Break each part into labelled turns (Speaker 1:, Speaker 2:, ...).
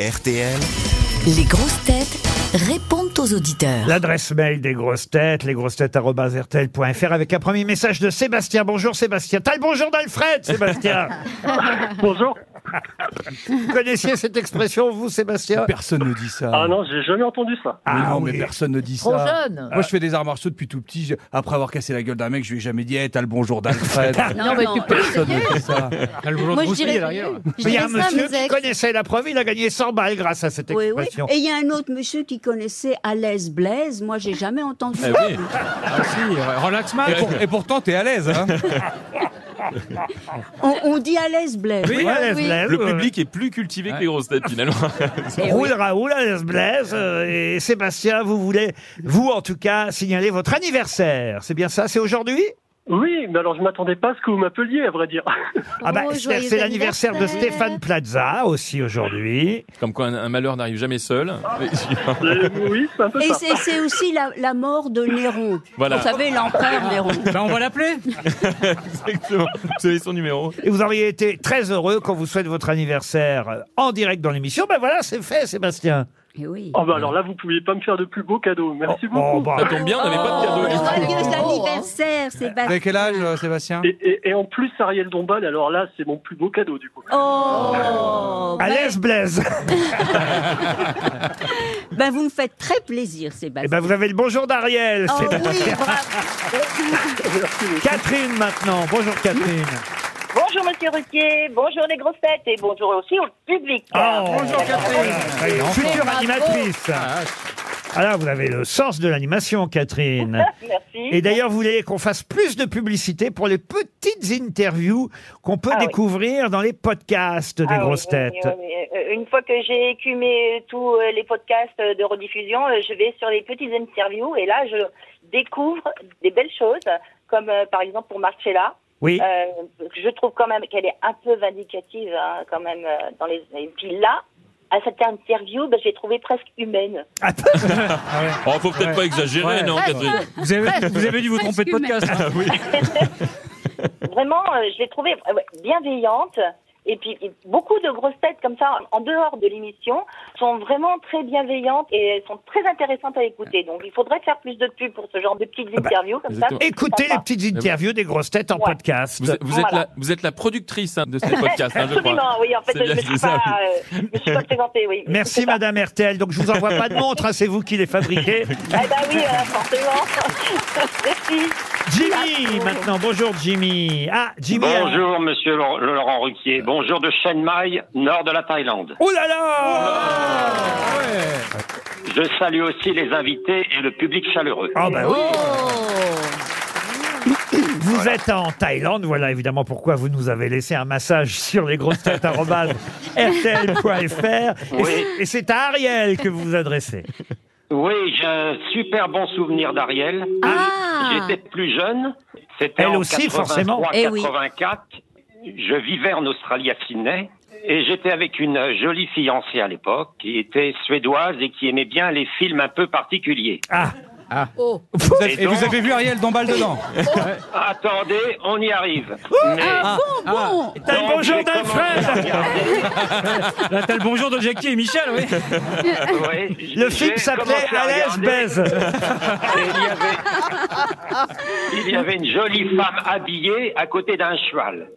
Speaker 1: RTL.
Speaker 2: Les grosses têtes répondent aux auditeurs.
Speaker 3: L'adresse mail des grosses têtes, lesgrossetêtes.fr avec un premier message de Sébastien. Bonjour Sébastien. T'as le bonjour d'Alfred, Sébastien.
Speaker 4: Bonjour.
Speaker 3: Vous connaissiez cette expression, vous, Sébastien
Speaker 5: Personne ne dit ça.
Speaker 4: Ah non, j'ai jamais entendu ça.
Speaker 5: Mais
Speaker 3: Ah
Speaker 5: non,
Speaker 3: oui.
Speaker 5: mais personne ne dit
Speaker 6: Trop
Speaker 5: ça.
Speaker 6: jeune.
Speaker 5: Moi, je fais des arts martiaux depuis tout petit. Je- Après avoir cassé la gueule d'un mec, je lui ai jamais dit, hey, t'as le bonjour d'Alfred.
Speaker 6: Non, mais tu peux.
Speaker 5: personne ne dit ça.
Speaker 7: Moi, je dirais, je
Speaker 3: Il y
Speaker 7: dirais
Speaker 3: a
Speaker 7: ça
Speaker 3: un
Speaker 7: à
Speaker 3: monsieur
Speaker 7: mes
Speaker 3: qui
Speaker 7: ex.
Speaker 3: connaissait la preuve, il a gagné 100 balles grâce à cette
Speaker 7: Oui, oui.
Speaker 3: expression.
Speaker 7: Et il y a un autre monsieur qui connaissait Alès Blaise. Moi, j'ai jamais entendu.
Speaker 5: Relax, mal. Et, pour- et pourtant, t'es à l'aise. Hein
Speaker 7: On, on dit Alès Blaise.
Speaker 3: Oui, à l'aise,
Speaker 7: oui.
Speaker 3: l'aise,
Speaker 8: Le
Speaker 3: euh,
Speaker 8: public est plus cultivé que les grosses têtes finalement.
Speaker 3: Roule Raoul, à l'aise, Blaise, euh, et Sébastien, vous voulez, vous en tout cas, signaler votre anniversaire. C'est bien ça, c'est aujourd'hui
Speaker 4: Oui, mais alors je m'attendais pas à ce que vous m'appeliez, à vrai dire.
Speaker 3: Ah bah,
Speaker 7: Oh,
Speaker 3: c'est
Speaker 7: joyeux
Speaker 3: c'est l'anniversaire de
Speaker 7: anniversaire.
Speaker 3: Stéphane Plaza aussi aujourd'hui.
Speaker 8: Comme quoi un, un malheur n'arrive jamais seul.
Speaker 4: Euh, oui, c'est un peu
Speaker 7: Et
Speaker 4: ça.
Speaker 7: c'est c'est aussi la, la mort de Néron.
Speaker 8: Voilà.
Speaker 7: Vous savez, l'empereur Néron.
Speaker 5: on va l'appeler.
Speaker 8: Exactement. Vous avez son numéro.
Speaker 3: Et vous auriez été très heureux qu'on vous souhaite votre anniversaire euh, en direct dans l'émission. Ben voilà, c'est fait, Sébastien.
Speaker 7: Eh oui.
Speaker 4: Oh bah alors là, vous pouviez pas me faire de plus beau cadeau. Merci
Speaker 3: Oh,
Speaker 4: beaucoup.
Speaker 3: oh, bah,
Speaker 8: Ça tombe bien, on n'avait pas de
Speaker 7: Oh.
Speaker 8: cadeau. du tout.
Speaker 7: Joyeux anniversaire,
Speaker 5: Vous avez
Speaker 7: Sébastien.
Speaker 5: quel âge, euh, Sébastien
Speaker 4: Et, et- et en plus, Ariel Dombal, alors là, c'est mon plus beau cadeau du coup.
Speaker 7: Oh
Speaker 3: à l'aise, Blaise.
Speaker 7: ben, Vous me faites très plaisir, Sébastien.
Speaker 3: Et ben vous avez le bonjour d'Ariel.
Speaker 7: Oh
Speaker 3: Sébastien.
Speaker 7: oui, bravo.
Speaker 3: Catherine maintenant. Bonjour Catherine.
Speaker 9: Bonjour Monsieur Ruquier, bonjour les grossettes et bonjour aussi au public.
Speaker 3: Oh, bonjour Catherine. Future animatrice. Alors vous avez le sens de l'animation, Catherine.
Speaker 9: Merci.
Speaker 3: Et d'ailleurs, vous voulez qu'on fasse plus de publicité pour les petites interviews qu'on peut
Speaker 9: Ah oui.
Speaker 3: découvrir dans les podcasts des
Speaker 9: Ah oui,
Speaker 3: grosses
Speaker 9: oui,
Speaker 3: têtes.
Speaker 9: oui, oui. Euh, Une fois que j'ai écumé tous euh, les podcasts euh, de rediffusion, euh, je vais sur les petites interviews et là je découvre des belles choses, comme euh, par exemple pour Marcella.
Speaker 3: Oui.
Speaker 9: Euh, je trouve quand même qu'elle est un peu vindicative hein, quand même euh, dans les. Et puis là, à cette interview, ben, j'ai trouvé presque humaine.
Speaker 8: Oh, faut peut-être pas exagérer,
Speaker 5: Ouais,
Speaker 8: non,
Speaker 5: ouais.
Speaker 8: Catherine.
Speaker 5: vous avez, vous avez dû vous tromper de podcast.
Speaker 9: Vraiment, euh, je l'ai trouvée euh, ouais, bienveillante. Et puis, et beaucoup de grosses têtes comme ça, en dehors de l'émission, sont vraiment très bienveillantes et elles sont très intéressantes à écouter. Donc, il faudrait faire plus de pub pour ce genre de petites interviews comme ça.
Speaker 8: exactement.
Speaker 9: c'est
Speaker 3: Ah bah, Écoutez les
Speaker 9: sympa.
Speaker 5: Eh
Speaker 3: petites
Speaker 5: ben.
Speaker 3: interviews des grosses têtes en
Speaker 9: Ouais.
Speaker 3: podcast.
Speaker 8: Vous, êtes- vous êtes
Speaker 9: Voilà.
Speaker 8: la, vous êtes la productrice hein, de ce podcast, hein, je
Speaker 9: Absolument,
Speaker 8: crois.
Speaker 9: oui. En fait,
Speaker 8: C'est
Speaker 9: je
Speaker 8: bien
Speaker 9: ne me,
Speaker 8: dit
Speaker 9: suis
Speaker 8: ça,
Speaker 9: pas, euh, je me suis pas présentée, oui.
Speaker 3: Merci
Speaker 9: C'est ça.
Speaker 3: Madame RTL. Donc je vous envoie pas de montre, hein, c'est vous qui les fabriquez.
Speaker 9: Ah bah oui, euh, forcément. Merci.
Speaker 3: Jimmy maintenant. Bonjour Jimmy. Ah Jimmy. a-
Speaker 4: monsieur Laurent Ruquier. Bonjour de Chiang Mai, nord de la Thaïlande.
Speaker 3: Oh là là
Speaker 4: Je salue aussi les invités et le public chaleureux.
Speaker 3: Ah bah oui. Vous êtes en Thaïlande, voilà évidemment pourquoi vous nous avez laissé un massage sur les grosses têtes arobase rtl.fr. Et
Speaker 4: Oui.
Speaker 3: c'est- Et c'est à Ariel que vous vous adressez.
Speaker 4: Oui, j'ai un super bon souvenir d'Ariel.
Speaker 7: Ah
Speaker 4: J'étais plus jeune. C'était
Speaker 3: Elle
Speaker 4: en
Speaker 3: aussi,
Speaker 4: 83,
Speaker 3: forcément.
Speaker 7: Eh oui.
Speaker 4: 84. Je vivais en Australie à Sydney. Et j'étais avec une jolie fiancée à l'époque, qui était suédoise et qui aimait bien les films un peu particuliers.
Speaker 3: Ah,
Speaker 6: Oh.
Speaker 5: Vous avez-
Speaker 4: Et
Speaker 5: et
Speaker 4: donc
Speaker 5: vous avez vu Ariel Dombal dedans.
Speaker 4: Attendez, on y arrive. Mais-
Speaker 7: bon
Speaker 3: t'as le
Speaker 4: Donc,
Speaker 3: bonjour
Speaker 4: j'ai
Speaker 3: d'Alfred
Speaker 4: commencé à regarder.
Speaker 5: Là, t'as le bonjour de Jackie et Michel, oui.
Speaker 4: Ouais,
Speaker 3: Le
Speaker 4: j'ai
Speaker 3: film s'appelait
Speaker 4: commencé à
Speaker 3: Alès
Speaker 4: regarder.
Speaker 3: Baise.
Speaker 4: Et il, y avait... il y avait une jolie femme habillée à côté d'un cheval.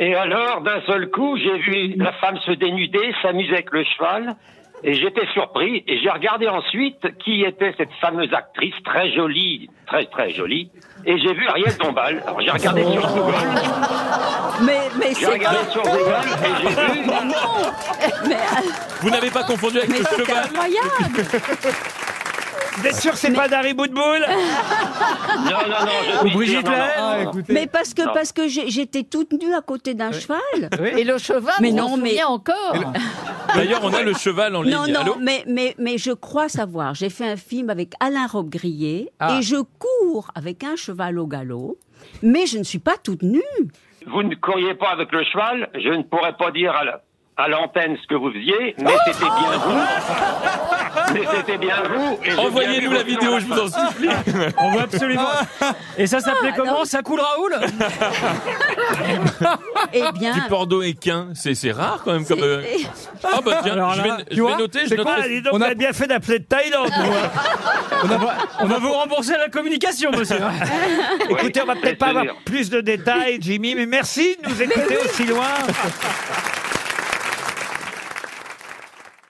Speaker 4: Et alors, d'un seul coup, j'ai vu la femme se dénuder, s'amuser avec le cheval. Et j'étais surpris. Et j'ai regardé ensuite qui était cette fameuse actrice, très jolie, très très jolie. Et j'ai vu Ariel Dombal. Alors j'ai regardé sur Google,
Speaker 7: Mais, mais
Speaker 4: j'ai
Speaker 7: c'est
Speaker 4: regardé
Speaker 7: pas...
Speaker 4: sur Google et j'ai vu.
Speaker 8: Vous n'avez pas confondu avec
Speaker 7: Mais
Speaker 8: le
Speaker 7: c'est
Speaker 8: cheval
Speaker 7: incroyable
Speaker 3: Vous êtes sûr que c'est pas Dari Boudboul
Speaker 4: Non, non, non, je suis sûr,
Speaker 5: Brigitte
Speaker 4: non, non.
Speaker 5: Lahaye. Ah, écoutez.
Speaker 7: Mais parce que,
Speaker 4: Non.
Speaker 7: parce que j'ai- j'étais toute nue à côté d'un cheval.
Speaker 6: Et le cheval,
Speaker 7: Mais
Speaker 6: on
Speaker 7: non,
Speaker 6: s'en
Speaker 7: mais-
Speaker 6: souvient encore.
Speaker 8: D'ailleurs, on a le cheval en ligne.
Speaker 7: Non, non,
Speaker 8: Allô
Speaker 7: mais, mais, mais je crois savoir. J'ai fait un film avec Alain Robbe-Grillet
Speaker 5: Ah.
Speaker 7: et je cours avec un cheval au galop, mais je ne suis pas toute nue.
Speaker 4: Vous ne couriez pas avec le cheval, je ne pourrais pas dire à la- à l'antenne ce que vous faisiez, mais c'était bien vous. Et c'était bien vous. et j'ai bien vu
Speaker 8: Envoyez-nous la
Speaker 4: votre nom
Speaker 8: vidéo,
Speaker 4: à
Speaker 8: je vous en supplie.
Speaker 1: On voit absolument. Et ça s'appelait comment Ça coule Raoul
Speaker 7: Eh bien,
Speaker 8: Du Bordeaux et Quin, c'est c'est rare quand même. Comme, euh, Ah bah tiens,
Speaker 1: Alors
Speaker 8: je
Speaker 1: là,
Speaker 8: vais,
Speaker 1: tu
Speaker 8: je vais
Speaker 1: vois,
Speaker 8: noter, je
Speaker 1: c'est
Speaker 8: note
Speaker 1: quoi,
Speaker 8: le-
Speaker 3: dis donc,
Speaker 1: On
Speaker 3: on
Speaker 1: a-
Speaker 3: a bien fait d'appeler de Thaïlande. nous, hein.
Speaker 1: on, a- on va vous rembourser la communication, monsieur.
Speaker 4: Oui,
Speaker 3: Écoutez, on va peut-être pas
Speaker 4: laissez
Speaker 3: avoir
Speaker 4: dire.
Speaker 3: plus de détails, Jimmy, mais merci de nous écouter aussi loin.